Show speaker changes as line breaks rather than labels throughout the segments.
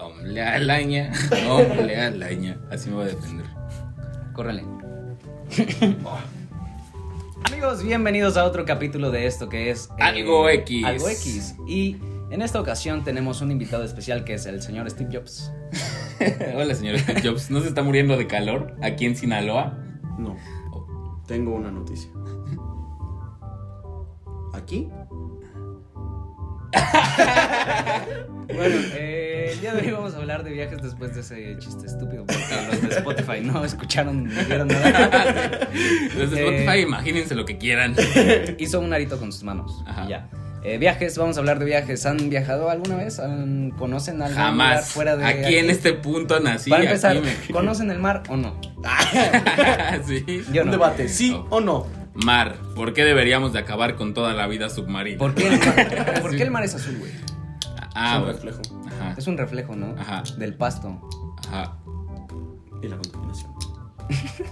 Hombre alaña. Hombre alaña. Así me voy a defender.
Córrele. Amigos, bienvenidos a otro capítulo de esto que es eh,
Algo X.
Algo X. Y en esta ocasión tenemos un invitado especial que es el señor Steve Jobs.
Hola, señor Steve Jobs. ¿No se está muriendo de calor aquí en Sinaloa?
No. Tengo una noticia. ¿Aquí?
Bueno, eh, el día de hoy vamos a hablar de viajes después de ese chiste estúpido porque los de Spotify no escucharon ni vieron nada.
Desde
Eh.
Spotify, imagínense lo que quieran.
Hizo un arito con sus manos.
Ajá.
y ya. Eh, viajes, vamos a hablar de viajes. ¿Han viajado alguna vez? ¿Han- ¿Conocen algo
Jamás.
fuera de
aquí, en este punto nací.
Para empezar,
aquí me-
¿conocen el mar o no?
sí.
Yo
un
no.
debate, ¿sí
No.
o no?
Mar, ¿por qué deberíamos de acabar con toda la vida submarina?
¿Por qué el mar, ¿Por qué el mar es azul, güey?
Ah,
es un
bueno.
reflejo.
Ajá,
Es un reflejo, ¿no?
Ajá.
Del pasto.
ajá.
Y la contaminación.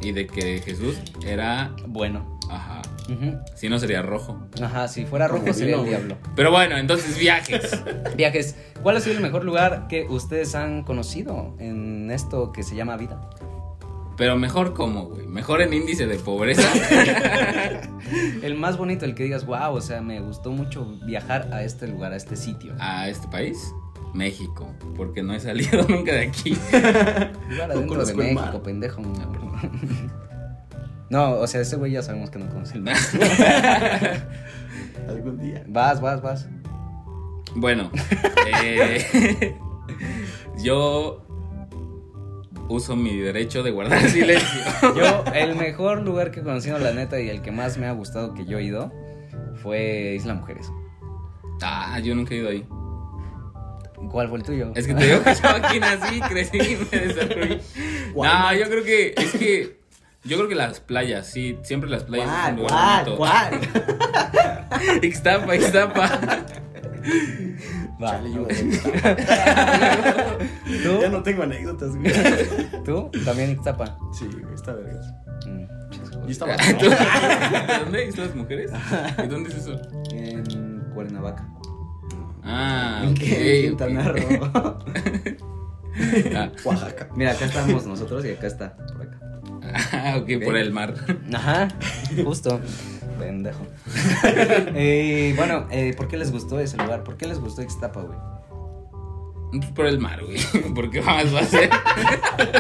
Y de que Jesús era.
Bueno.
Ajá.
Ujú.
Si no sería rojo.
Ajá, si fuera rojo sería el
Divino, güey.
diablo.
Pero bueno, entonces viajes.
Viajes. ¿Cuál ha sido el mejor lugar que ustedes han conocido en esto que se llama vida?
Pero mejor cómo, güey. Mejor en índice de pobreza.
El más bonito, el que digas, wow, o sea, me gustó mucho viajar a este lugar, a este sitio.
a este país. México. Porque no he salido nunca de aquí.
Lugar
No
adentro de
conozco el
México,
mar.
pendejo. No, o sea, ese güey ya sabemos que no conoce el mar.
Algún día.
Vas, vas, vas.
Bueno. eh, yo uso mi derecho de guardar silencio.
Yo, el mejor lugar que he conocido, la neta, y el que más me ha gustado que yo he ido, fue Isla Mujeres.
Ah, yo nunca he ido ahí.
¿Cuál fue el tuyo?
Es que te digo que yo aquí nací, crecí y me desarrollé. No,
Walmart.
yo creo que. Es que. Yo creo que las playas, sí. Siempre las playas es un
¿Cuál?
lugar
¿Cuál?
bonito.
¿Cuál?
Ixtapa, Ixtapa.
Va.
Chale, yo me voy a
¿Tú?
contar. Ya no tengo anécdotas, güey.
¿Tú? También Ixtapa.
Sí, güey, está vergas.
Mm,
Y
chasco.
estaba.
¿Dónde están las mujeres? ¿Y dónde es eso?
En Cuernavaca.
Ah,
En
ok,
Quintana
ok.
Roo.
Ah,
Oaxaca.
Mira, acá estamos nosotros y acá está. Por acá.
ah, ok, por el mar.
Ajá, justo. Pendejo. Eh, bueno, eh, ¿por qué les gustó ese lugar? ¿Por qué les gustó Ixtapa, güey?
Pues Por el mar, güey. ¿Por qué más va a ser?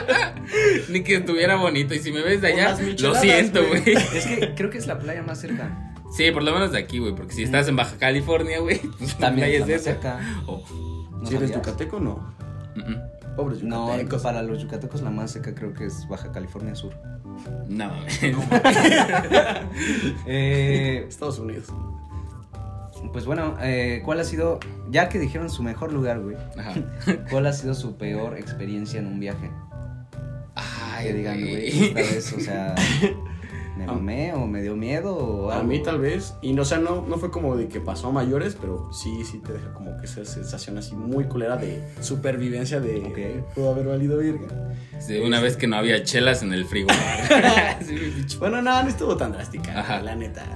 Ni que estuviera bonito. Y si me ves de allá,
Unas
lo
micheladas,
siento,
güey.
güey.
Es que creo que es la playa más cerca.
Sí, por lo menos de aquí, güey. Porque si estás en Baja California, güey, pues
También
playa
es la más
esa.
cerca.
Oh,
¿No
Si eres
sabías?
yucateco, no.
mm,
Pobres
No,
yucatecos.
para los yucatecos la más seca creo que es Baja California Sur.
mm, no mames.
Eh,
Estados Unidos.
pues bueno, eh, ¿cuál ha sido, ya que dijeron su mejor lugar, güey,
Ajá.
cuál ha sido su peor experiencia en un viaje?
Ay,
Que digan, güey,
güey.
esta
Ah.
vez, o sea, me mamé o me dio miedo o
A
algo.
mí tal vez, y no, o sea, no, no fue como de que pasó a mayores, pero sí, sí te deja como que esa sensación así muy culera de supervivencia de
Ok.
pudo haber valido virgen.
Sí, una vez que no había chelas en el frigo. Sí, mi pinche-
Bueno, nada, no estuvo tan drástica,
Ajá.
la neta.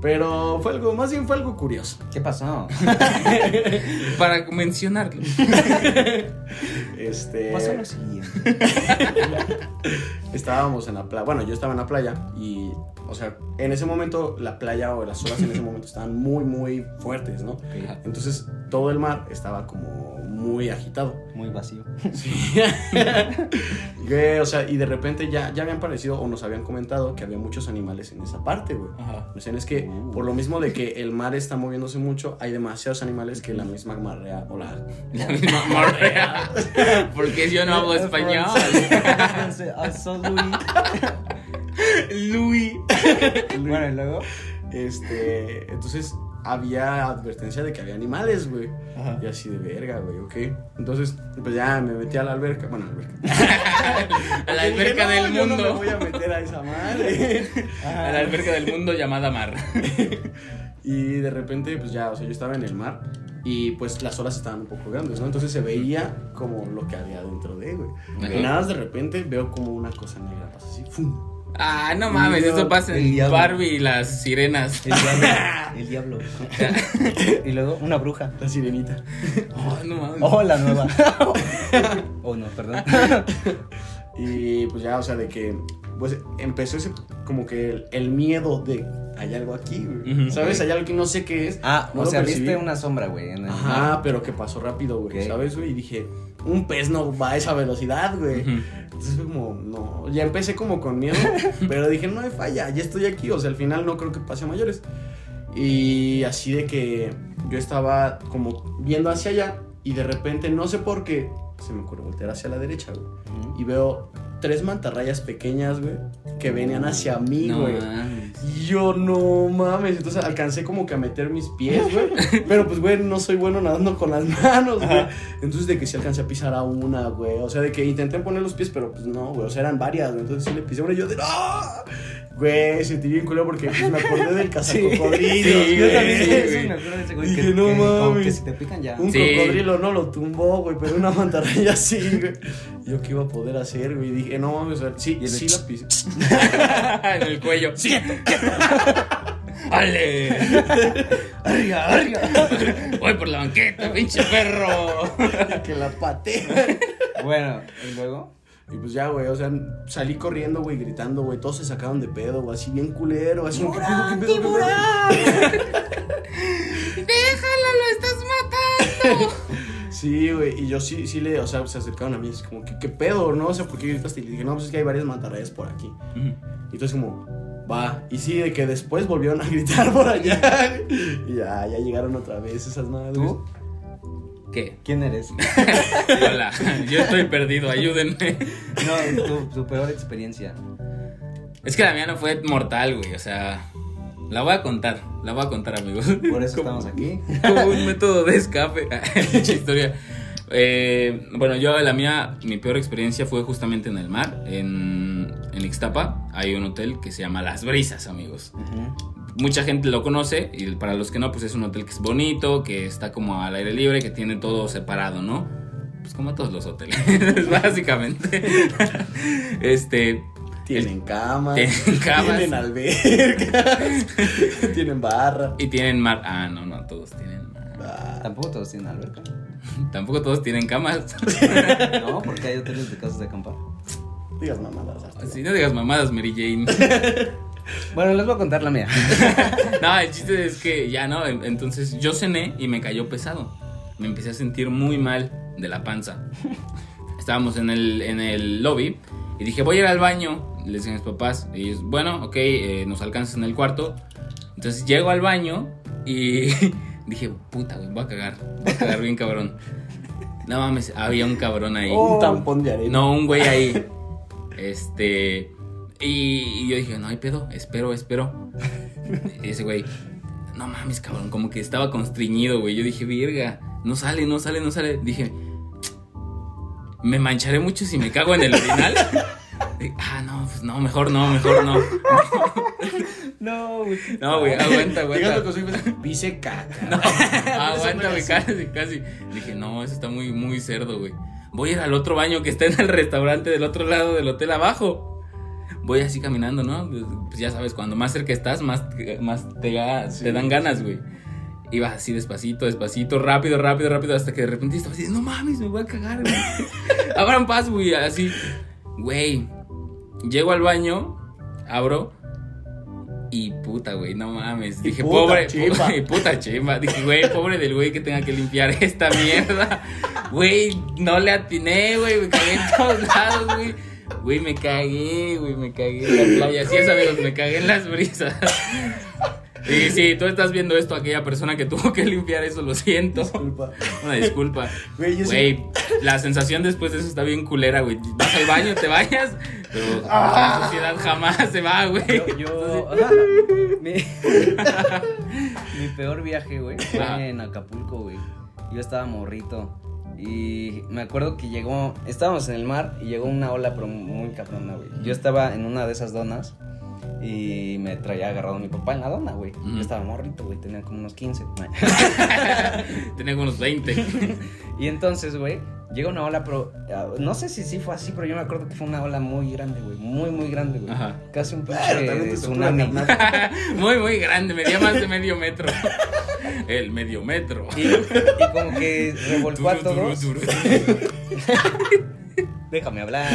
Pero fue algo, más bien fue algo curioso.
¿Qué pasó?
Para mencionarlo.
Este,
Pasó lo siguiente.
estábamos en la playa, bueno, yo estaba en la playa y, o sea, en ese momento la playa o las olas en ese momento estaban muy, muy fuertes, ¿no?
Ajá.
Entonces todo el mar estaba como muy agitado.
Muy vacío.
Güey, o sea, y de repente ya, ya habían parecido o nos habían comentado que había muchos animales en esa parte, güey.
Ajá.
O sea, es que
Uh.
por lo mismo de que el mar está moviéndose mucho, hay demasiados animales que la misma marea o la...
La misma morrea. Porque yo no hablo español.
ah,
Luis.
bueno, y luego.
Este, entonces había advertencia de que había animales, güey. Y así de verga, güey, ¿ok? Entonces, pues ya me metí a la alberca, bueno, a la alberca.
A la alberca
Dije,
del
"No, yo
mundo.
No me voy a meter a esa madre.
Ah,
A la alberca del mundo llamada mar.
Y de repente, pues ya, o sea, yo estaba en el mar y pues las olas estaban un poco grandes, ¿no? Entonces se veía como lo que había dentro de, güey.
Ajá.
Y nada más de repente veo como una cosa negra pasa así, ¡fum!
Ah, no mames,
El
eso
diablo,
pasa
el
en
diablo.
Barbie y las sirenas.
El diablo. El diablo. y luego, una bruja.
La sirenita.
Oh, no mames.
Oh, la nueva. Oh, no, perdón.
Y pues ya, o sea, de que pues empezó ese como que el, el miedo de hay algo aquí, güey.
Ujú.
¿Sabes?
Ok.
Hay algo que no sé qué es.
Ah,
no
o
lo
sea,
percibí.
viste una sombra, güey. en el-
Ajá, pero que pasó rápido, güey.
Ok.
¿Sabes, güey? Y dije, un pez no va a esa velocidad, güey.
Ujú.
Entonces fue como, no, ya empecé como con miedo, pero dije, no hay falla, ya estoy aquí, o sea, al final no creo que pase a mayores. Y así de que yo estaba como viendo hacia allá y de repente, no sé por qué, se me ocurrió voltear hacia la derecha, güey.
Ujú.
Y veo tres mantarrayas pequeñas, güey, que venían hacia mí,
No
güey.
mames.
Y Yo no mames, entonces alcancé como que a meter mis pies, güey. Pero pues, güey, no soy bueno nadando con las manos, güey. Entonces, de que sí alcancé a pisar a una, güey. O sea, de que intenté poner los pies, pero pues no, güey. O sea, eran varias, güey. Entonces sí le pisé una y yo de ¡No! Güey, sentí bien culo porque pues, me acordé del cazacocodrilo.
Sí,
yo
güey,
también,
sí,
Sí,
güey.
sí, me acuerdo de ese güey
Dije,
que-
no
que como
mames.
que si te pican ya.
Un
Sí.
cocodrilo no lo tumbó, güey, pero una mantarraya sí, güey. Yo qué iba a poder hacer, güey. Dije, no mames, o sea, sí,
Y el-
sí la pisé.
en el cuello. ¡Quieto, quieto! ¡Ale!
Arriba, arriba.
Voy por la banqueta, pinche perro.
que la patea.
Bueno, y luego.
Y pues ya, güey, o sea, salí corriendo, güey, gritando, güey, todos se sacaron de pedo, güey, así bien culero, así como,
¡Tiburón,
¿qué pedo, qué pedo, qué pedo?
Déjalo, lo estás matando.
Sí, güey, y yo sí, sí le, o sea, se acercaron a mí, así como, ¿qué, qué pedo, no? O sea, ¿por qué gritaste? Y le dije, no, pues es que hay varias mantarrayas por aquí. Y entonces como, va, y sí, de que después volvieron a gritar por allá, y ya, ya llegaron otra vez esas madres.
¿Tú?
¿Qué?
¿Quién eres?
Hola, yo estoy perdido, ayúdenme.
No, tu, tu peor experiencia.
Es que la mía no fue mortal, güey, o sea. La voy a contar, la voy a contar, amigos.
Por eso
Como-
estamos aquí.
Como un método de escape. Pinche historia. Eh, bueno, yo la mía, mi peor experiencia fue justamente en el mar, en, en Ixtapa. Hay un hotel que se llama Las Brisas, amigos. Mucha gente lo conoce y para los que no, pues es un hotel que es bonito, que está como al aire libre, que tiene todo separado, ¿no? Pues como todos los hoteles, básicamente. este,
Tienen camas,
Tienen camas.
tienen albercas, tienen barra.
y tienen mar. Ah, no, no, todos tienen mar.
Ah,
Tampoco todos tienen alberca.
Tampoco todos tienen camas.
No, porque hay hoteles de casas de acampar.
digas mamadas. hasta
Así no digas mamadas, Mary Jane.
Bueno, les voy a contar la mía.
No, el chiste es que ya no. en- Entonces yo cené y me cayó pesado. Me empecé a sentir muy mal de la panza. Estábamos en el, en el lobby y dije, voy a ir al baño. Le dije a mis papás, y ellos, bueno, ok, eh, nos alcanzas en el cuarto. Entonces llego al baño y dije, puta, güey, voy a cagar. Voy a cagar bien cabrón. No mames, había un cabrón ahí.
Oh, Un tampón de arena.
No, un güey ahí. Este. Y, y yo dije, no hay pedo, espero, espero. Y ese güey, no mames, cabrón, como que estaba constriñido, güey. Yo dije, virga, no sale, no sale, no sale. Dije, me mancharé mucho si me cago en el urinal. Y, ah, no, pues no, mejor no, mejor no.
No, güey. Ah.
No, güey, aguanta,
Digas lo
aguanta.
que soy, pues, pise caca.
No, aguanta,
me
Ah, güey, casi, casi. Dije, no, eso está muy, muy cerdo, güey. Voy a ir al otro baño que está en el restaurante del otro lado del hotel abajo. Voy así caminando, ¿no? Pues, pues ya sabes, cuando más cerca estás, más, más te, ga-
Sí,
te dan ganas, güey. Ibas así despacito, despacito, rápido, rápido, rápido, hasta que de repente estaba así, no mames, me voy a cagar, güey. Abran paz, güey, así. Güey, llego al baño, abro y puta, güey, no mames. Dije,
puta
pobre,
chimba.
po- y puta chimba. Dije, güey, pobre del güey que tenga que limpiar esta mierda. Güey, no le atiné, güey, me cagué en todos lados, güey. Güey, me cagué, güey, me cagué en la playa. Así es, amigos, me cagué en las brisas. Y si tú estás viendo esto, aquella persona que tuvo que limpiar eso, lo siento.
Disculpa.
Una disculpa.
Güey, yo sí-
Güey, la sensación después de eso está bien culera, güey. Vas al baño, te bañas, pero la suciedad jamás se va, güey.
Yo, yo- mi, mi peor viaje, güey,
Ajá.
fue en Acapulco, güey. Yo estaba morrito y me acuerdo que llegó, estábamos en el mar y llegó una ola pero muy cabrona, güey. Yo estaba en una de esas donas y me traía agarrado mi papá en la dona, güey.
Ujú.
Yo estaba morrito, güey, tenía como unos 15.
Tenía como unos 20.
Y entonces, güey, llega una ola, pero ah, no sé si sí fue así, pero yo me acuerdo que fue una ola muy grande, güey, muy, muy grande, güey.
Ajá.
Casi un
Claro,
pinche
también te sopla
tsunami.
la carnal.
Muy, muy grande, medía más de medio metro. El medio metro.
Y, y como que revolcó a todos.
Turu, turu, turu.
Déjame hablar.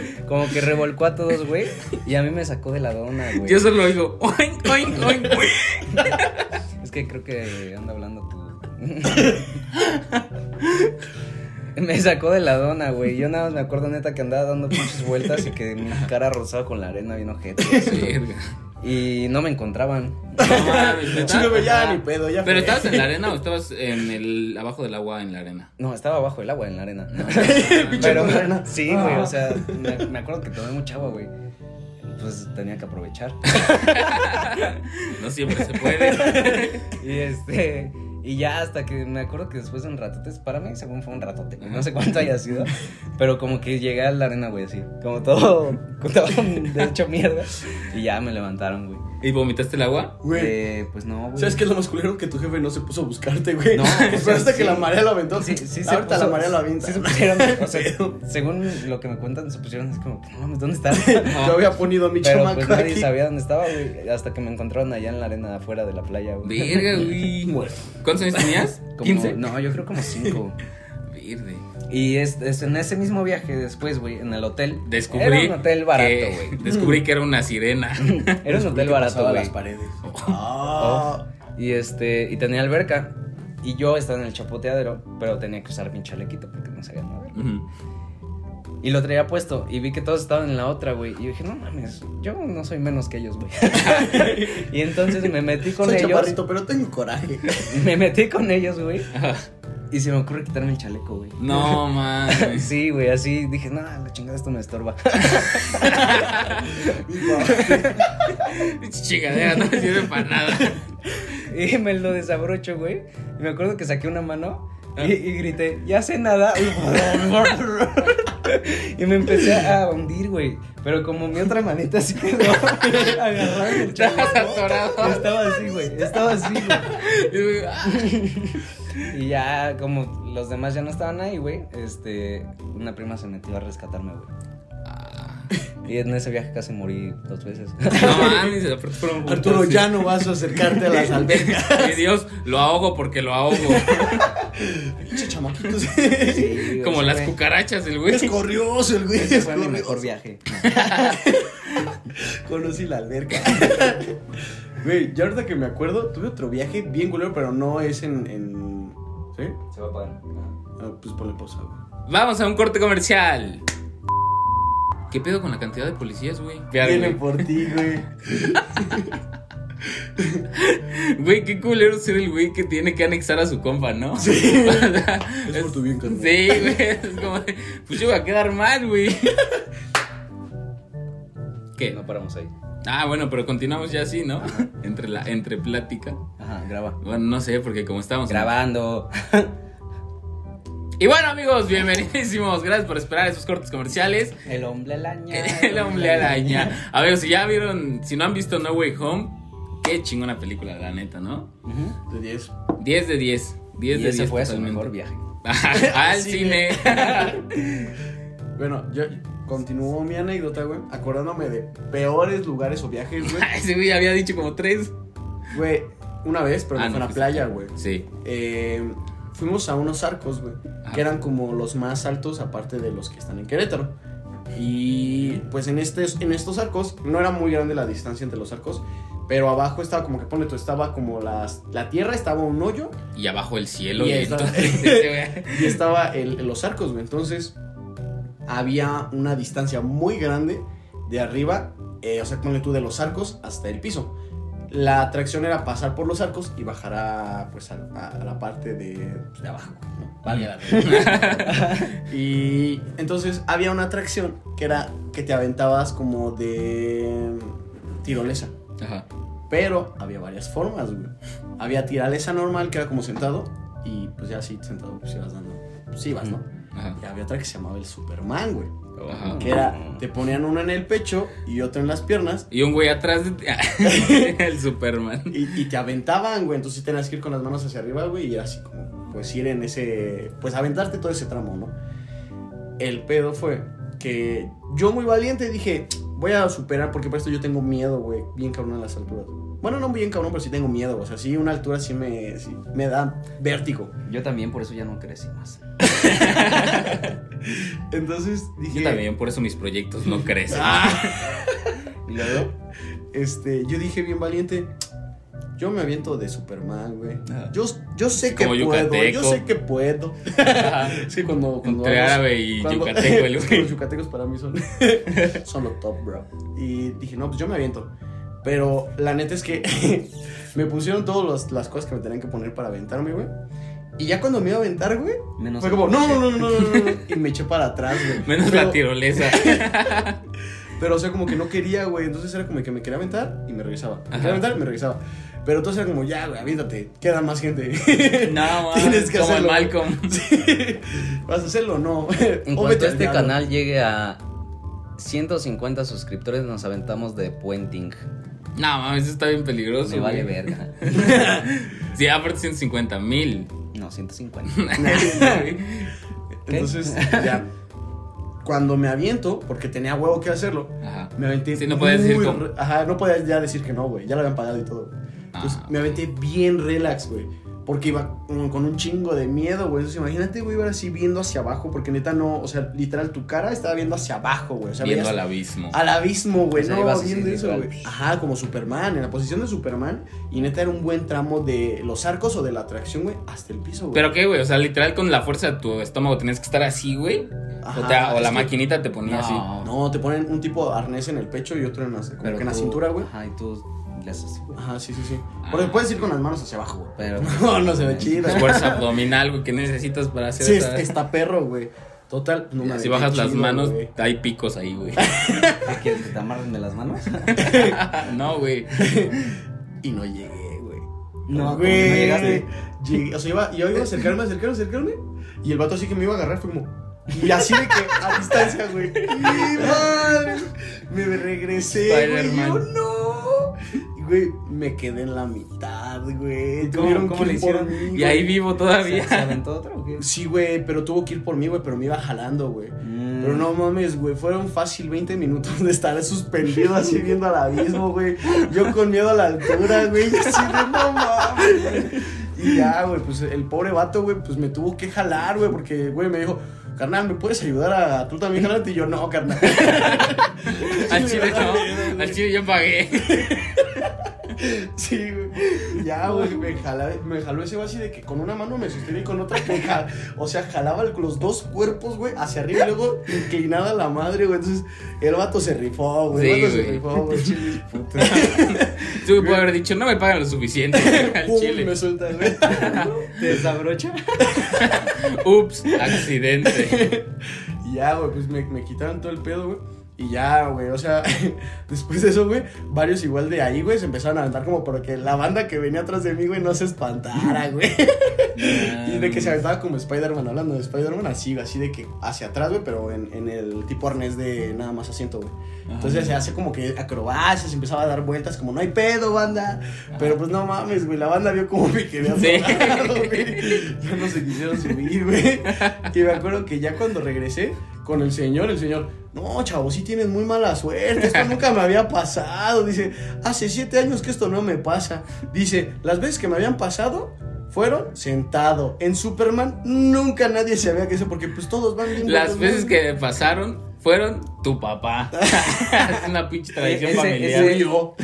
Como que revolcó a todos, güey. Y a mí me sacó de la dona, güey.
Yo solo digo, oink, oink, oink, oink.
Es que creo que anda hablando tú. me sacó de la dona, güey. Yo nada más me acuerdo neta que andaba dando pinches vueltas y que mi cara rozaba con la arena bien ojete. así.
Verga.
Y no me encontraban.
No mames, ¿neta?
Sí, güey, ya ni pedo, ya.
¿Pero
fue.
estabas en la arena o estabas en el, abajo del agua en la arena?
No, estaba abajo del agua en la arena.
Pinche
Pero,
arena.
sí, güey, o sea, me, me acuerdo que tomé mucha agua, güey. Pues tenía que aprovechar.
No siempre se puede.
Y este. Y ya hasta que me acuerdo que después de un ratote, pues, para mí según fue un ratote, güey, no sé cuánto haya sido, pero como que llegué a la arena, güey, así, como todo, con todo de hecho mierda, y ya me levantaron, güey.
¿Y vomitaste el agua?
Güey.
Eh, pues no, güey.
¿Sabes qué es lo más culero? Que tu jefe no se puso a buscarte, güey.
No,
No,
o sea,
esperaste
sí.
que la marea lo aventó.
Sí, sí, se
Ahorita
puso-
la marea lo avienta.
sí se pusieron, o sea, según lo que me cuentan, se pusieron así como, no mames, ¿dónde está?
Yo había ponido a mi
Pero
chamaco
pues nadie
aquí.
sabía dónde estaba, güey, hasta que me encontraron allá en la arena afuera de la playa, güey. Pues,
Verga, güey. ¿Cuántos años tenías?
Como-
¿15?
No, yo creo como cinco.
Verde.
Y es, es en ese mismo viaje después, güey, en el hotel.
Descubrí.
Era un hotel barato,
que-
güey.
Descubrí que era una sirena.
Era un hotel
¿Qué
barato,
pasaba
güey.
las paredes.
Oh.
Ah.
Y este, y tenía alberca. Y yo estaba en el chapoteadero, pero tenía que usar mi chalequito porque no sabía nada.
Ujú.
Y lo traía puesto y vi que todos estaban en la otra, güey. Y yo dije, no mames, yo no soy menos que ellos, güey. y entonces me metí con
Soy
ellos.
chaparrito, pero tengo coraje.
Me metí con ellos, güey. Y se me ocurre quitarme el chaleco, güey.
No, mames.
Sí, güey, así dije, no, la chingada esto me estorba.
Chingadera, no me sirve para nada.
Y me lo desabrocho, güey. Y me acuerdo que saqué una mano
Ah.
y, y grité, ya sé nada. Y me empecé a hundir, güey. Pero como mi otra manita así quedó agarrada en el
Estabas
chaleco,
atorado.
Estaba así, güey. Estaba así, güey.
"Ah,
Y ya, como los demás ya no estaban ahí, güey. Este, una prima se metió a rescatarme, güey. Y en ese viaje casi morí dos veces.
ah". No mames, aparte fueron juntos,
Arturo,
sí.
ya no vas a acercarte a las albercas.
Y Dios, lo ahogo porque lo ahogo.
Pinche chamaquito.
Sí,
Como
ese
las
fue-
cucarachas, el güey.
Es corrioso el güey.
Ese
Es
fue mi mejor
corrioso.
viaje.
Conocí la alberca. Güey, ya ahorita que me acuerdo, tuve otro viaje bien culero, pero no es en. en- ¿Sí?
Se va a pagar.
Ah, pues ponle pausa, güey.
Vamos a un corte comercial. ¿Qué pedo con la cantidad de policías, güey?
Viene por ti, güey.
Güey, qué culero ser el güey que tiene que anexar a su compa, ¿no? Sí.
Es por tu bien, carnal.
Sí, güey. Es como, de, pues yo voy a quedar mal, güey. ¿Qué?
No paramos ahí.
Ah, bueno, pero continuamos ya así, ¿no? Entre la, entre plática.
Ajá, graba.
Bueno, no sé, porque como estamos.
Grabando.
Y bueno, amigos, bienvenidísimos. Gracias por esperar esos cortes comerciales.
El hombre alaña.
El hombre araña. A ver, si ya vieron, si no han visto No Way Home, qué chingona película, la neta, ¿no?
Ujú.
De 10.
10 de 10. 10
Y
de
ese
10.
fue su
totalmente.
mejor viaje.
Al cine.
Cine. Bueno, yo continúo mi anécdota, güey, acordándome de peores lugares o viajes, güey.
Ese güey había dicho como tres.
Güey, una vez, pero
Ah,
no
no
pues, fue en la
fuiste.
playa, güey.
Sí.
Eh, fuimos a unos arcos, güey,
Ajá.
que eran como los más altos aparte de los que están en Querétaro. Y pues en, estos, en estos arcos no era muy grande la distancia entre los arcos, pero abajo estaba como que pone tú, estaba como las, la tierra, estaba un hoyo
Y abajo el cielo.
Y
Y,
eso.
entonces ese güey-
y estaba el, los arcos, güey. Entonces había una distancia muy grande de arriba, eh, o sea, ponle tú de los arcos hasta el piso. La atracción era pasar por los arcos y bajar a, pues, a, a- a la parte de, pues, de abajo, ¿no? Valga la redundancia. Y entonces había una atracción que era que te aventabas como de tirolesa.
Ajá.
Pero había varias formas, güey. Había tiralesa normal, que era como sentado, y pues ya así sentado, pues ibas dando. Pues ibas, ¿no?
Ajá.
Y había otra que se llamaba el Superman, güey.
Ajá.
Que era, te ponían una en el pecho y otra en las piernas,
Y un güey atrás de ti- el Superman.
y, y te aventaban, güey. Entonces tenías que ir con las manos hacia arriba, güey, y era así como, pues ir en ese. Pues aventarte todo ese tramo, ¿no? El pedo fue que yo muy valiente dije, voy a superar, porque por esto yo tengo miedo, güey, bien cabrón a las alturas. Bueno, no bien cabrón, pero sí tengo miedo, güey. o sea, sí, una altura sí me, sí me da vértigo.
Yo también, por eso ya no crecí más.
Entonces dije.
Yo también, por eso mis proyectos no crecen.
Ah,
Y luego,
este, yo dije bien valiente. Yo me aviento de Superman, güey.
Ah.
Yo, yo sé que
Como
puedo.
yucateco.
Yo sé que puedo. Es que cuando. cuando
Entre
Pues vamos-
árabe y
cuando-
yucateco, el güey.
Los yucatecos para mí son. son lo top, bro. Y dije, no, pues yo me aviento. Pero la neta es que me pusieron todas las- las cosas que me tenían que poner para aventarme, güey. Y ya cuando me iba a aventar, güey,
menos.
fue como, no, no, no, no, no, no, no", Y me eché para atrás, güey.
Menos
Pero-
la tirolesa.
Pero, o sea, como que no quería, güey. Entonces era como que me quería aventar y me regresaba. Me
Ajá.
quería aventar y me regresaba. Pero entonces era como, ya, güey, aviéntate. Queda más gente.
No,
Tienes que
como el
hacerlo.
Malcolm.
Sí. ¿Vas a hacerlo o no?
En
O
cuanto
vete
a
al
este
diablo.
canal llegue a 150 suscriptores, nos aventamos de puenting.
No, mames, eso está bien peligroso.
Me vale
güey.
verga.
Sí, ah, aparte 150 mil.
No, 150.
Entonces, ya. Cuando me aviento, porque tenía huevo que hacerlo,
Ajá.
me aventé.
Sí, no podías decir
muy
cómo.
re- Ajá, no podías ya decir que no, güey. Ya lo habían pagado y todo. Entonces
Ah.
me aventé bien relax, güey. Porque iba con con un chingo de miedo, güey. Entonces, imagínate, güey, iba así viendo hacia abajo. Porque neta no, o sea, literal, tu cara estaba viendo hacia abajo, güey. O sea,
Viendo
veías-
al abismo.
al abismo, güey.
O sea,
no,
ibas así,
viendo eso,
literal.
güey. Ajá, como Superman, en la posición de Superman. Y neta era un buen tramo de los arcos o de la atracción, güey, hasta el piso, güey.
Pero qué, güey, o sea, literal con la fuerza de tu estómago tenías que estar así, güey. O, te-
Ajá,
o la
es que-
maquinita te ponía así.
No, te ponen un tipo arnés en el pecho y otro en la, como que en la
tú-
cintura, güey.
Ajá, y tú le haces así, güey.
Ajá, sí, sí, sí. Porque
Ah.
puedes ir con las manos hacia abajo, güey.
Pero.
No, no se ve chido.
Fuerza abdominal, güey, que necesitas para hacer
Sí, es-
esa-
está perro, güey. Total, no me
Si
aventé
bajas las
chido,
manos,
güey.
hay picos ahí, güey.
¿Qué quieres que te amarren de las manos?
no, güey.
Y no llegué, güey.
No, ¿cómo que no llegaste?
Llegué, o sea, iba, yo iba a acercarme, acercarme, acercarme. Y el vato así que me iba a agarrar fue como. Y así de que a distancia, güey. ¡Mi madre! Me regresé, güey. y Yo
Spider-Man.
no. Y, Güey, me quedé en la mitad, güey.
¿Cómo,
Tuvieron que
cómo
ir
le
por
hicieron?
mí,
y
güey.
ahí vivo
¿Se,
todavía.
se aventó otro o qué?
Sí, güey, pero tuvo que ir por mí, güey, pero me iba jalando, güey.
Mm.
Pero no mames, güey, fueron fácil 20 minutos de estar suspendido así viendo al abismo, güey. Yo con miedo a la altura, güey, y así de no mames. güey". Y ya, güey, pues el pobre vato, güey, pues me tuvo que jalar, güey, porque, güey, me dijo, carnal, ¿me puedes ayudar a tú también jalarte? Y yo, no, carnal.
Al chile
Sí,
no. Al chile yo pagué.
Sí, güey. Ya, güey, me, jala- me jaló ese güey así de que con una mano me sostenía y con otra, pues, ja- o sea, jalaba el- los dos cuerpos, güey, hacia arriba y luego inclinada la madre, güey. Entonces, el vato se rifó, güey.
Sí,
el vato se
güey.
rifó, güey.
Tú me puedo haber dicho, no me pagan lo suficiente. Al
Pum,
chile.
me suelta, güey.
¿Te desabrocha?
Ups, accidente.
Y ya, güey, pues me, me quitaron todo el pedo, güey. Y ya, güey, o sea, después de eso, güey, varios igual de ahí, güey, se empezaron a aventar como porque la banda que venía atrás de mí, güey, no se espantara, güey. Y de que se aventaba como Spider-Man, hablando de Spider-Man, así, güey, así de que hacia atrás, güey, pero en, en el tipo arnés de nada más asiento, güey. Entonces se hace como que acrobacias, empezaba a dar vueltas, como no hay pedo, banda. Pero pues no mames, güey, la banda vio como me quedé
Sí.
atorado, güey. Ya no se quisieron subir, güey. Y me acuerdo que ya cuando regresé con el señor, el señor, no, chavo, sí tienes muy mala suerte, esto nunca me había pasado. Dice, hace siete años que esto no me pasa. Dice, las veces que me habían pasado fueron sentado. En Superman nunca nadie se había que eso, porque pues todos van bien.
Las
buenos,
veces
¿no?
que me pasaron fueron tu papá. es una pinche tradición
Ese-
familiar.
ese-
Yo.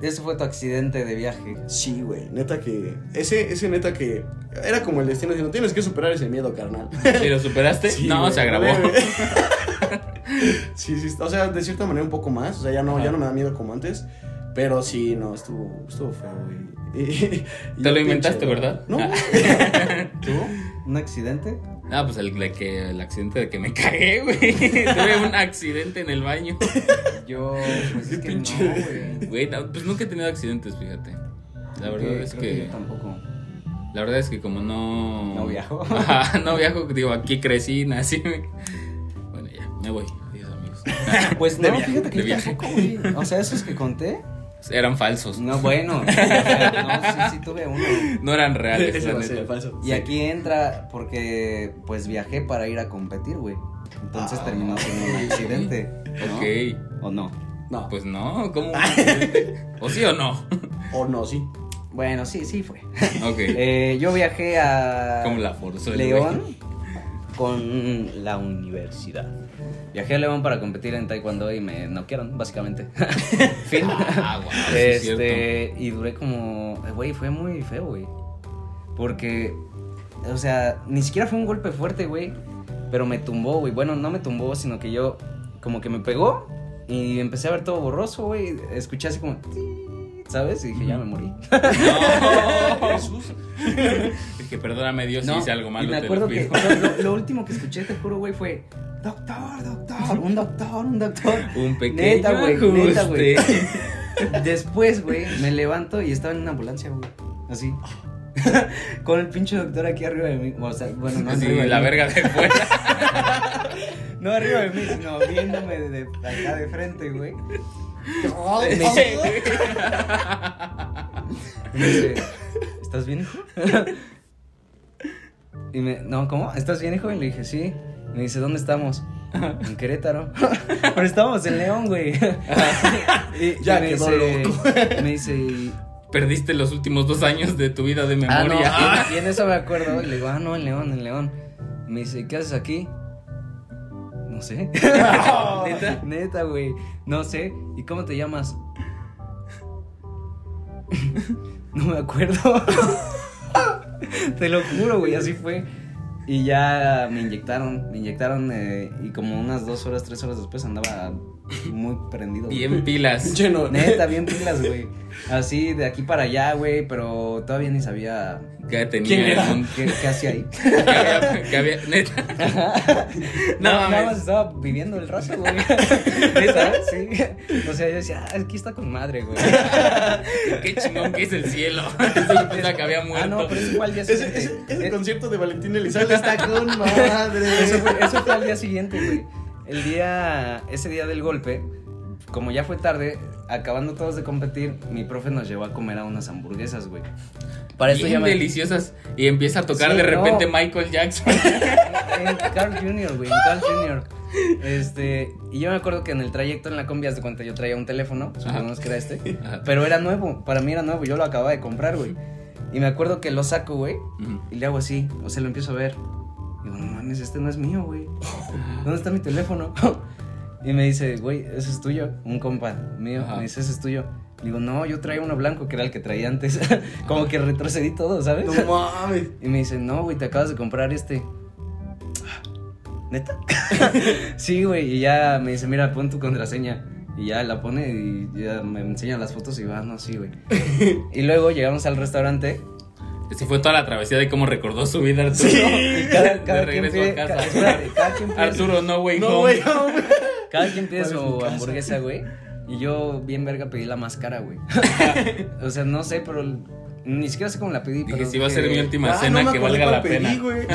Ese fue tu accidente de viaje.
Sí, güey, neta que. Ese, ese neta que. Era como el destino, no tienes que superar ese miedo, carnal.
¿Y lo superaste?
Sí,
no,
güey,
se agravó.
güey. sí, sí, o sea, de cierta manera un poco más, o sea, ya no, ya no me da miedo como antes, pero sí, no, estuvo, estuvo feo, güey. Y- y
Te lo
pinche-
inventaste, ¿verdad?
No.
¿Tú? ¿Un accidente?
Ah, pues el, de que, el accidente de que me cagué, güey. Tuve un accidente en el baño.
Yo, pues es que
pinche-
no, güey.
Güey, no, pues nunca he tenido accidentes, fíjate. La verdad
Porque
es
creo que
que.
yo tampoco.
La verdad es que como no.
No viajo.
Ajá, no viajo, digo, aquí crecí, nací. me- Bueno, ya, me voy. Adiós, amigos.
Pues
De
no,
viaje,
fíjate que
de
yo
viaje.
tampoco, güey. O sea, esos que conté. pues,
Eran falsos. No,
No, bueno. o sea, no, sí, sí tuve uno.
eran reales,
Eso
la
va a ser
neta.
falso.
Y aquí entra porque, pues viajé para ir a competir, güey. Entonces
Ah.
terminó siendo un accidente. ¿no?
Ok.
¿O no?
No,
Pues no, ¿cómo? un accidente? ¿O sí o no?
o no, sí.
Bueno, sí, sí fue.
Ok.
Eh, yo viajé a
Como la forzó el güey.
León con la universidad. Viajé a León para competir en taekwondo y me noquearon, básicamente. fin.
Ah, guau, sí es
este, y duré como... eh, Güey, fue muy feo, güey. Porque, o sea, ni siquiera fue un golpe fuerte, güey. Pero me tumbó, güey. Bueno, no me tumbó, sino que yo como que me pegó y empecé a ver todo borroso, güey. Escuché así como... "Ti", ¿Sabes? Y dije, ya me morí.
No. Dije, perdóname Dios si Pues hice algo malo.
Y me
te lo
acuerdo que
pido.
lo, lo- lo último que escuché, te juro, güey, fue: Doctor, doctor, un doctor, un doctor.
Un pequeño
Neta, güey, neta, güey.
ajuste.
Después, güey, me levanto y estaba en una ambulancia, güey. Así. Con el pinche doctor aquí arriba de mí. O sea, bueno, no
Así,
arriba de
la
mí.
verga de fuera.
No arriba de mí, sino viéndome de, de acá de frente, güey.
Me-
Y me dice, ¿estás bien, hijo? Y me, no, ¿cómo? ¿Estás bien, hijo? Y le dije, sí. Y me dice, ¿dónde estamos? En Querétaro. Pero estábamos en León, güey. Y,
Ya
me
quedó
dice, me dice, y-
Perdiste los últimos dos años de tu vida de
ah, no,
memoria.
y, y en eso me acuerdo. Y le digo, ah, no, en León, en León. Y me dice, ¿qué haces aquí? No sé. neta, neta, güey. No sé. ¿Y cómo te llamas? no me acuerdo. te lo juro, güey, así fue. Y ya me inyectaron, me inyectaron eh, y como unas dos horas, tres horas después andaba muy prendido. güey.
Bien pilas.
Lleno.
Neta, bien pilas, güey. Así, de aquí para allá, güey, pero todavía ni sabía
Que tenía
¿Quién
el
era?
mundo.
qué, qué hacía ahí.
Que había, que había- neta. No,
Nada- nada
mames.
más estaba viviendo el rato, güey. Neta, sí. O sea, yo decía, "Ah, aquí está con madre, güey.
Qué chingón que es el cielo. Yo pensaba que había muerto.
Ah, no, pero es igual día
Ese,
siguiente.
ese- ese
Eh,
concierto de Valentín Elizalde está con madre.
Eso fue, eso fue al día siguiente, güey. El día, ese día del golpe, como ya fue tarde, acabando todos de competir, mi profe nos llevó a comer a unas hamburguesas, güey. Para esto ya
Bien
me-
deliciosas. Y empieza a tocar
Sí,
de
no.
repente Michael Jackson.
En Carl Jr., güey, en Carl Jr. Este, y yo me acuerdo que en el trayecto en la combi, haz de cuenta, yo traía un teléfono, supongamos que era este,
Ajá.
pero era nuevo, para mí era nuevo, yo lo acababa de comprar, güey. Y me acuerdo que lo saco, güey,
Ujú.
y le hago así, o sea, lo empiezo a ver. Digo, no mames, este no es mío, güey. ¿Dónde está mi teléfono? Y me dice, güey, ese es tuyo, un compa mío,
Ajá.
me dice, ese es tuyo. Le digo, no, yo traía uno blanco, que era el que traía antes. Como que retrocedí todo, ¿sabes?
No mames.
Y me dice, no, güey, te acabas de comprar este. ¿Neta? sí, güey. Y ya me dice, mira, pon tu contraseña. Y ya la pone y ya me enseña las fotos y va, no, sí, güey. y luego llegamos al restaurante.
Así fue toda la travesía de cómo recordó su vida Arturo.
Y cada, cada
de
quien
regreso
pide,
a casa.
ca- espérate, cada quien pide-
Arturo, no way
No,
home.
güey. no, güey.
cada quien pide
¿Cuál es mi
su
casa?
hamburguesa, güey. Y yo, bien verga, pedí la más cara, güey. o sea, no sé, pero ni siquiera sé cómo la pedí.
Dije,
pero
si va a ser
dije-
mi última
Ah,
cena,
no
que
me acuerdo
valga la
cuál pedí,
pena.
güey.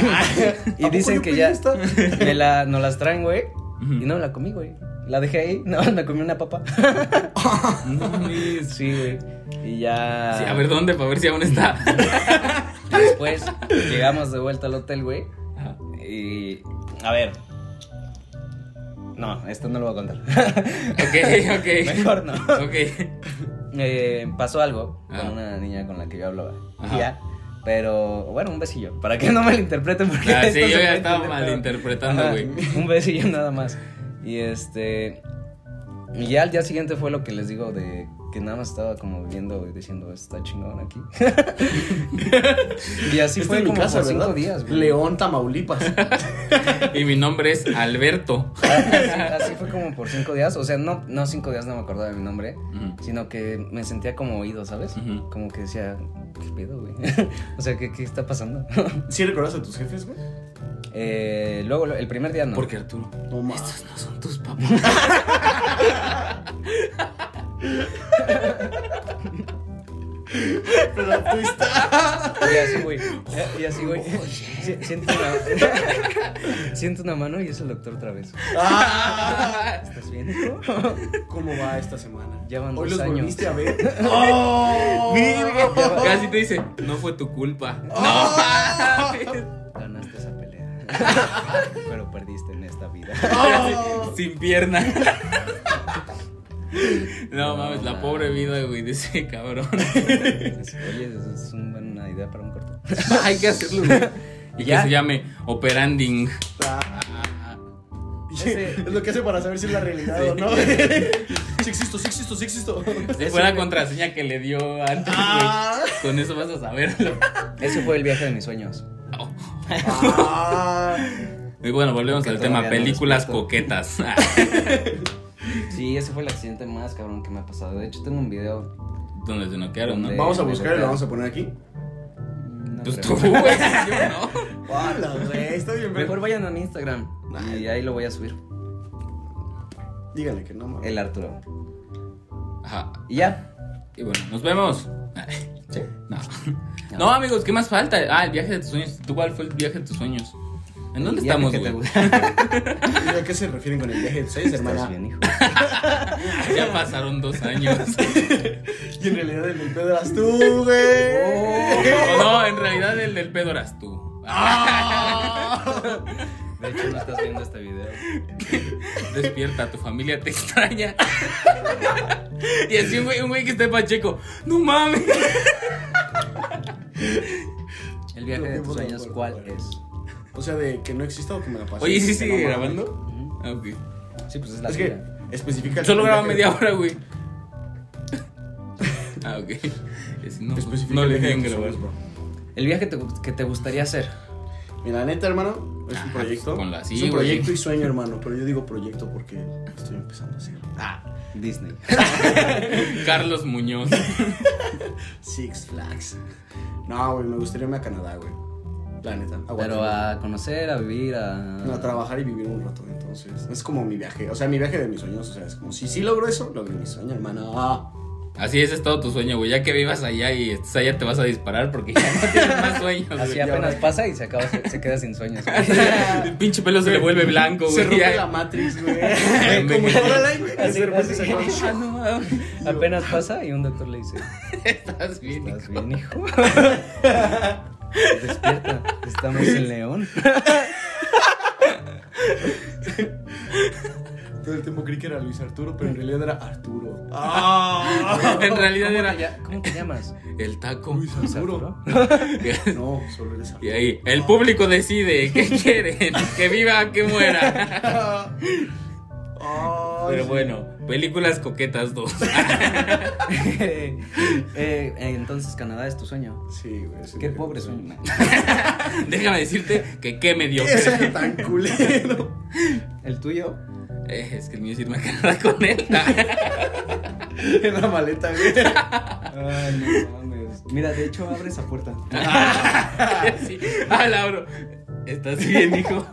Y dicen que ya
está.
me la, nos las traen, güey.
Ujú.
Y no la comí, güey. La dejé ahí, no, me comí una papa.
No mames.
Sí, güey. Y ya.
Sí, a ver dónde, para ver si aún está.
Después llegamos de vuelta al hotel, güey. Y. A ver. No, esto no lo voy a contar.
ok, ok.
Mejor no.
Ok.
Eh, pasó algo
Ah.
con una niña con la que yo hablaba.
Ajá.
Y ya. Pero, bueno, un besillo. Para que no malinterpreten, porque.
Ah, sí,
esto
yo
se
ya
puede
estaba
entender, pero-
malinterpretando,
Ajá,
güey.
Un besillo nada más. Y este. Y ya al día siguiente fue lo que les digo de que nada más estaba como viendo y diciendo, está chingón aquí. y así
Esta
fue
es
como
mi casa,
por cinco
¿verdad?
días, güey.
León, Tamaulipas.
Y mi nombre es Alberto.
Así, así fue como por cinco días. O sea, no, no cinco días, no me acordaba de mi nombre.
Ujú.
Sino que me sentía como oído, ¿sabes?
Ujú.
Como que decía, ¿qué pedo, güey? o sea, ¿qué, qué está pasando?
¿Sí recuerdas a tus jefes, güey?
Eh, luego, el primer día no.
Porque Arturo,
No mames.
estos no son tus papás.
Pero tú estás.
Y así, güey. Eh, Y así, güey. Si- Siento una... Siento una mano y es el doctor otra vez.
Ah.
¿Estás bien, hijo?
¿Cómo va esta semana?
Ya van
Hoy
dos
los
años.
volviste a ver. ¡Oh!
Casi te dice, no fue tu culpa.
Ganaste esa pelea. Pero perdiste en esta vida.
Así, Sin pierna. No
No,
mames, la
mames.
pobre vida, güey, de ese cabrón.
Oye, eso es una buena idea para un corto.
Hay que hacerlo, güey. Y
Ya.
que se llame Operanding.
Ese-
Es lo que hace para saber si es la realidad o no. si existo, si existo, si existo.
Fue
Ese-
la contraseña que le dio antes, güey.
Ah.
Con eso vas a saberlo.
Ese fue el viaje de mis sueños.
Ah.
Y bueno, volvemos
Que
al
todavía
tema,
no
películas
despierto.
coquetas. Ah,
Sí, ese fue el accidente más cabrón que me ha pasado. De hecho, tengo un video.
Donde se noquearon, ¿no?
Donde-
Vamos a buscar y lo vamos a poner aquí.
no
Pues tú,
creo.
güey, yo no.
Hola, güey, está bien,
Mejor
pero.
vayan a mi Instagram. Y ahí lo voy a subir.
Dígale que no mames.
El Arturo.
Ajá.
Y ya.
Y bueno, nos vemos. Ah,
Sí.
No. no. amigos, ¿qué más falta? Ah, el viaje de tus sueños. ¿Tú cuál fue el viaje de tus sueños? ¿En dónde
El viaje
estamos,
que te
güey?
gusta.
¿Y ¿A qué se refieren con el viaje de seis,
Estás
hermana?
bien, hijo.
Ya pasaron dos años.
Y en realidad el del pedo eras tú, güey.
O no, en realidad el del pedo eras tú.
De hecho, no estás viendo este video.
Despierta, tu familia te extraña. Y así un güey, un güey que está en pacheco. ¡No mames!
El viaje de tus
Por
sueños,
favor,
¿cuál
por favor.
es?
O sea, de que no exista o que me la pase.
Oye, ¿sí
Que no
sigue
mames.
grabando? Ah, ok.
Sí, pues es la
es que
vida.
especifica.
Solo graba
viaje-
media hora, güey. Ah, ok. Y así, no, pues,
Especifica
no
el
le
viaje de
dejen
tus
grabar.
sueños, bro.
El viaje te gu- que te gustaría hacer.
Mira, la neta, hermano, es un
Ah,
proyecto.
pues, con la- sí,
es un
güey.
proyecto y sueño, hermano. Pero yo digo proyecto porque estoy empezando a hacer. Ah,
Disney.
Carlos Muñoz.
Six Flags. No, güey, me gustaría irme a Canadá, güey. La neta. a
Pero
Guatemala.
a conocer, a vivir,
No, a
a.
trabajar y vivir un rato, entonces. Es como mi viaje. O sea, mi viaje de mis sueños. O sea, es como si sí logro eso, logré mi sueño, hermano. Ah.
Así es, es todo tu sueño, güey. Ya que vivas allá y estés allá te vas a disparar porque ya no tienes más sueños,
Así
güey.
apenas pasa y se acaba, se, se queda sin sueños.
El pinche pelo se le vuelve blanco, güey.
Se rompe
Ya.
la Matrix, güey.
Me
como en
quedé-
Coraline, güey. pues, que
Así,
de repente se acaba-
así. Ah, no, mames. apenas pasa y un doctor le dice,
Estás bien,
¿estás
hijo.
bien, hijo? Despierta, estamos en León.
Todo el tiempo creí que era Luis Arturo, pero en realidad era Arturo.
En realidad
¿Cómo
era
te lla- ¿Cómo te llamas?
el taco.
Luis Arturo.
No, solo eres Arturo.
Y ahí, el público decide qué quieren, que viva, que muera.
Ay,
Pero
sí.
bueno, películas coquetas dos.
Eh, eh, entonces Canadá es tu sueño.
Sí, güey. sí,
Qué
güey.
pobre sueño.
Déjame decirte que qué Eh, mediocre.
Ese es tan culero.
El tuyo.
Eh, es que el mío es irme a Canadá con él.
en la maleta, güey.
Ay, no mames. Mira, de hecho abre esa puerta.
Sí. Ah, Lauro. ¿Estás bien, hijo?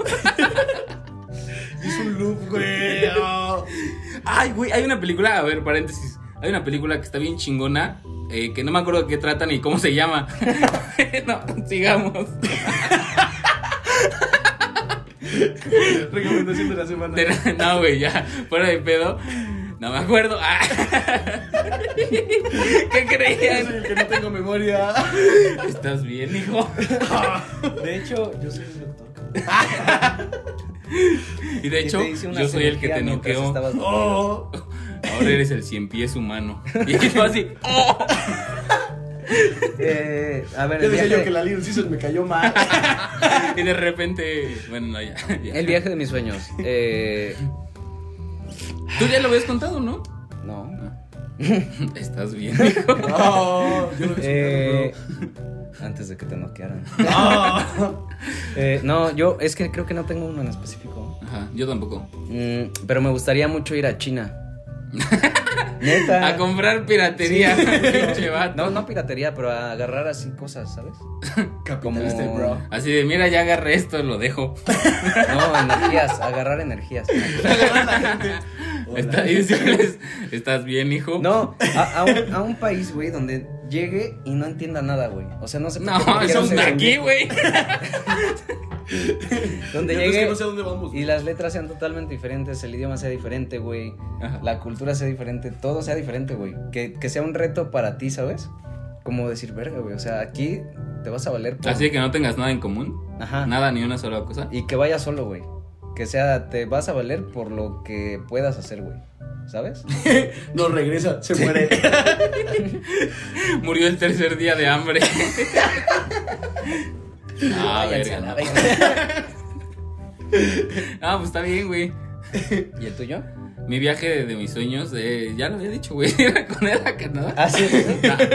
Es un loop, güey. Ah.
Ay, güey, hay una película, a ver, paréntesis. Hay una película que está bien chingona, eh, que no me acuerdo de qué trata ni cómo se llama. no, sigamos.
Recomendación de la semana.
De la- no, güey, ya, fuera de pedo. No me acuerdo. Ah. ¿Qué
Yo soy
creían?
el que no tengo memoria.
¿Estás bien, hijo?
De hecho, yo soy el doctor.
Y de
Que
hecho,
te hice una
yo soy el que
cirugía
te
mientras
noqueó.
estabas dormido.
Oh.
Ahora eres el cien pies humano. Y yo así, oh.
Eh, a ver,
Ya
el
decía
viaje,
yo que la Little Scissors me cayó mal.
Y de repente, bueno, no, ya. ya.
el viaje de mis sueños. Eh,
Tú ya lo habías contado, ¿no?
no.
Estás bien, hijo.
Oh, yo lo vi
Eh, antes de que te noquearan.
Ah.
Eh, no, yo es que creo que no tengo uno en específico.
Ajá, yo tampoco.
Mm, pero me gustaría mucho ir a China. Neta.
A comprar piratería, pinche vato.
No, no piratería, pero a agarrar así cosas, ¿sabes?
Capitalista,
como-
bro.
Así de, mira, ya agarré esto, lo dejo.
No, energías, agarrar energías.
Está- y decirles, estás bien, hijo.
No, a, a un, a un país, güey, donde llegue y no entienda nada, güey. O sea, no sé por qué
No,
quiero
eso
ser
es aquí,
un-
güey.
Donde
Yo es que
llegue
no sé a dónde vamos.
y las letras sean totalmente diferentes, el idioma sea diferente, güey.
Ajá.
La cultura sea diferente, todo sea diferente, güey. Que, que sea un reto para ti, ¿sabes? Como decir, verga, güey. O sea, aquí te vas a valer por...
Así que no tengas nada en común.
Ajá.
Nada, ni una sola cosa.
Y que vayas solo, güey. Que sea, te vas a valer por lo que puedas hacer, güey. ¿Sabes?
No regresa, se muere.
Murió el tercer día de hambre. Ah,
Váyanse
verga,
a la
no.
verga.
Ah, pues está bien, güey.
¿Y el tuyo?
Mi viaje de, de mis sueños, eh, ya lo había dicho, güey, era con él a Canadá.
Ah, sí.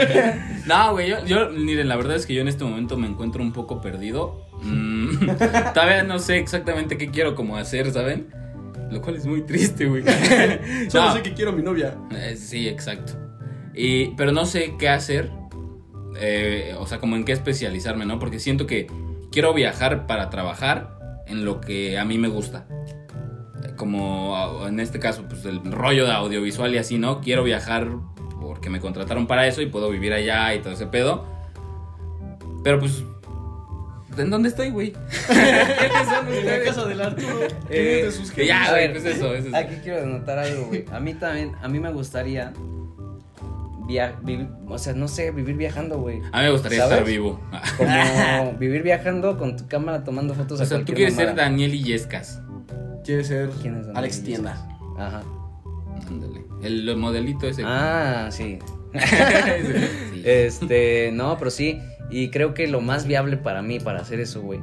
No, güey, yo, yo, miren, la verdad es que yo en este momento me encuentro un poco perdido. Mm, todavía no sé exactamente qué quiero como hacer, ¿saben? Lo cual es muy triste, güey.
Solo
No,
sé que quiero a mi novia.
eh, sí, exacto. Y, pero no sé qué hacer, eh, o sea, como en qué especializarme, ¿no? Porque siento que quiero viajar para trabajar en lo que a mí me gusta. Eh, Como ah, en este caso, pues el rollo de audiovisual y así, ¿no? Quiero viajar porque me contrataron para eso y puedo vivir allá y todo ese pedo. Pero pues, ¿en dónde estoy, güey? ¿Quiénes son
En la
ustedes?
casa del Arturo. ¿Quién
Eh,
es de sus jefes?
ya. Ah,
A
güey,
ver,
pues eso, eso, eso.
Aquí quiero denotar algo, güey. A mí también, a mí me gustaría via- vivir, o sea, no sé, vivir viajando, güey.
A mí me gustaría estar
¿Sabes?
vivo.
Como vivir viajando con tu cámara tomando fotos
O
a
sea, tú
cualquier
quieres ser
mamada.
Daniel Illescas.
Quiere ser
¿Quién es Daniel Díaz?
Alex Tienda.
Ajá.
Ándale. El modelito ese.
Ah, sí.
Sí.
Este, no, pero sí. Y creo que lo más viable para mí para hacer eso, güey,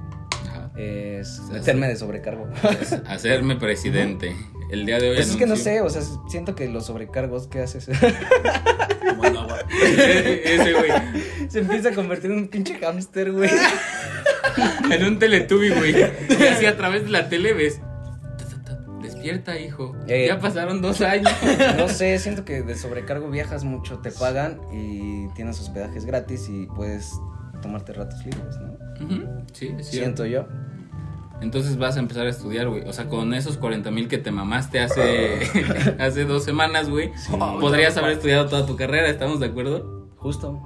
Ajá.
es
sea,
meterme de sobrecargo.
Hacerme presidente. El día de hoy.
Pues es que no
anunció-
sé, o sea, siento que los sobrecargos que haces
Como el agua.
ese güey.
se empieza a convertir en un pinche hámster, güey.
En un teletubby, güey. Y así a través de la tele ves. ta, ta, ta, Despierta, hijo.
Eh.
Ya pasaron dos años.
No sé, siento que de sobrecargo viajas mucho, te pagan y tienes hospedajes gratis y puedes tomarte ratos libres, ¿no?
Ujú, Sí, es cierto.
Siento yo.
Entonces vas a empezar a estudiar, güey. O sea, con esos 40 mil que te mamaste hace, hace dos semanas, güey. Podrías haber estudiado toda tu carrera, ¿estamos de acuerdo?
Justo.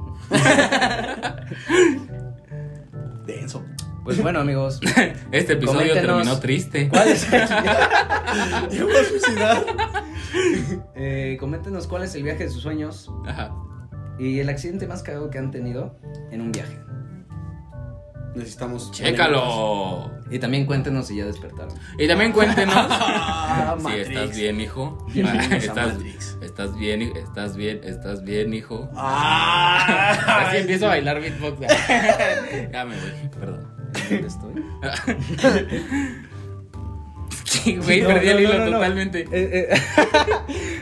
Denso.
Pues bueno, amigos.
Este episodio
Coméntenos.
terminó triste.
¿Cuál es
Yo voy a suicidar.
Eh, coméntenos cuál es el viaje de sus sueños
Ajá.
y el accidente más cagado que han tenido en un viaje.
Necesitamos.
¡Chécalo!
Y también cuéntenos si ya despertaron.
Y también cuéntenos
Ah,
si
Matrix.
estás bien, hijo.
Bienvenidos a
estás,
Matrix.
estás bien, hi- estás bien, estás bien, hijo.
Ah,
Así empiezo a bailar beatbox. ya me voy, perdón.
¿En dónde estoy?
Sí, güey,
No,
perdí el
no,
hilo
no, no, no.
totalmente.
Eh, eh,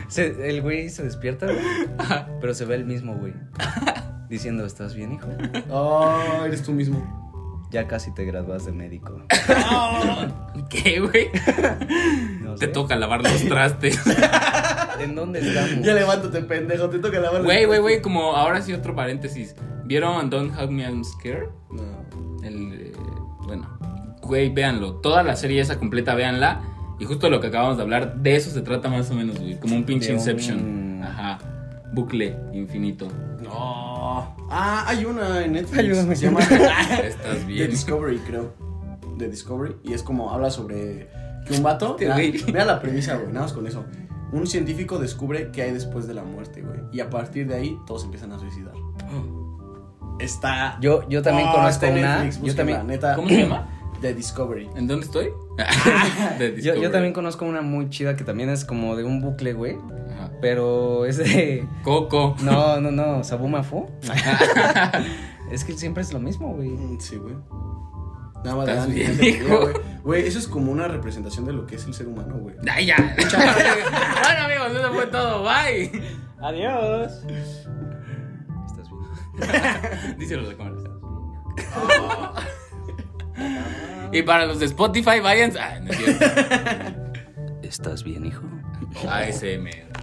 se- el güey se despierta, güey, pero se ve el mismo güey. Diciendo, ¿estás bien, hijo?
Ah, eres tú mismo.
Ya casi te gradúas de médico.
¿Qué, güey?
No
Te
sé.
toca lavar los trastes.
¿En dónde estamos?
Ya levántate, pendejo. Te toca lavar.
Güey, güey, güey, como ahora sí otro paréntesis. ¿Vieron Don't Hug Me I'm Scared?
No.
El, eh, bueno, güey, véanlo. Toda la serie esa completa, véanla. Y justo lo que acabamos de hablar, de eso se trata más o menos, güey. Como un pinche
De un-
Inception. Ajá. Bucle infinito.
No. Ah, hay una en Netflix.
Ayúdame.
Se llama
Estás
The
bien.
Discovery, creo. The Discovery. Y es como habla sobre que un vato.
Este
Mira,
güey.
mira la premisa, güey. Nada más con eso. Un científico descubre qué hay después de la muerte, güey. Y a partir de ahí, todos empiezan a suicidar. Está.
Yo, yo también
Ah,
conozco
está en
una.
Netflix,
yo,
búsquenla,
también,
Neta,
¿Cómo se llama?
The Discovery.
¿En dónde estoy? The
Ah, yo, yo
Discovery.
también conozco una muy chida que también es como de un bucle, güey.
Ajá.
Pero es de.
Coco.
No, no, no. ¿Sabu Mafu? es que siempre es lo mismo, güey.
Mm, Sí, güey. Nada más le
Estás
dan
bien,
licencia de
hijo.
vida, güey. Güey, eso es como una representación de lo que es el ser humano, güey.
Ay, ya. bueno, amigos, eso fue todo. Bye.
Adiós. ¿Estás bien?
Díselo a la cámara.
Oh.
y para los de Spotify, vayan. Ah, no es cierto.
¿Estás bien, hijo?
ASMR.